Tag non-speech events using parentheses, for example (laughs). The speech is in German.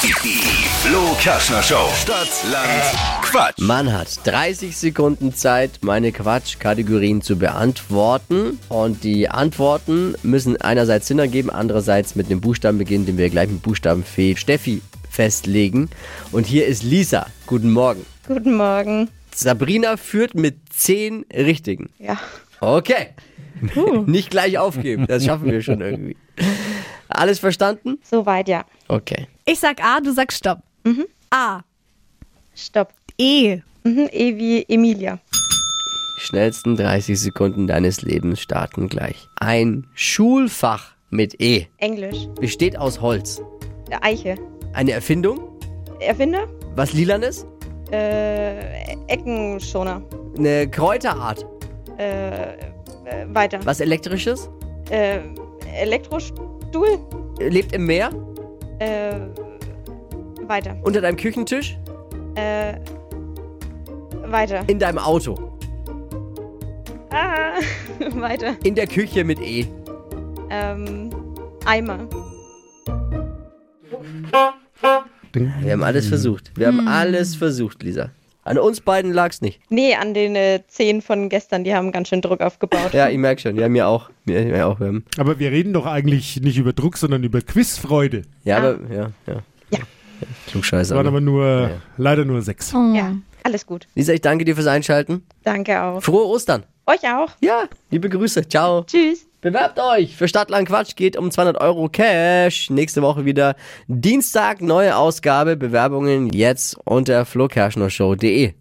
Die Flo Kaschner Show. Stadt, Land, Quatsch. Man hat 30 Sekunden Zeit, meine Quatschkategorien zu beantworten. Und die Antworten müssen einerseits Sinn ergeben, andererseits mit einem Buchstaben beginnen, den wir gleich mit Buchstabenfee Steffi festlegen. Und hier ist Lisa. Guten Morgen. Guten Morgen. Sabrina führt mit 10 Richtigen. Ja. Okay. (laughs) Nicht gleich aufgeben. Das schaffen wir schon irgendwie. Alles verstanden? Soweit, ja. Okay. Ich sag A, du sagst Stopp. A. Stopp. E. Mhm, e wie Emilia. Schnellsten 30 Sekunden deines Lebens starten gleich. Ein Schulfach mit E Englisch. besteht aus Holz. Äh, Eiche. Eine Erfindung? Erfinder? Was Lilanes? Äh, Eckenschoner. Eine Kräuterart? Äh, äh, weiter. Was Elektrisches? Äh, Elektrostuhl? Lebt im Meer? Äh, weiter. Unter deinem Küchentisch? Äh, weiter. In deinem Auto? Ah, (laughs) weiter. In der Küche mit E? Ähm, Eimer. Wir haben alles versucht. Wir haben alles versucht, Lisa. An uns beiden lag's nicht. Nee, an den äh, Zehen von gestern, die haben ganz schön Druck aufgebaut. Ja, ich merk schon. Ja, mir auch. Mir, mir auch. Wir haben, Aber wir reden doch eigentlich nicht über Druck, sondern über Quizfreude. ja, aber, ja, ja. Ja. Klugscheißer. Das waren aber. aber nur, leider nur sechs. ja. Alles gut. Lisa, ich danke dir fürs Einschalten. Danke auch. Frohe Ostern. Euch auch. Ja, liebe Grüße. Ciao. Tschüss. Bewerbt euch für Stadtland Quatsch. Geht um 200 Euro Cash. Nächste Woche wieder Dienstag, neue Ausgabe. Bewerbungen jetzt unter flokerschnershow.de.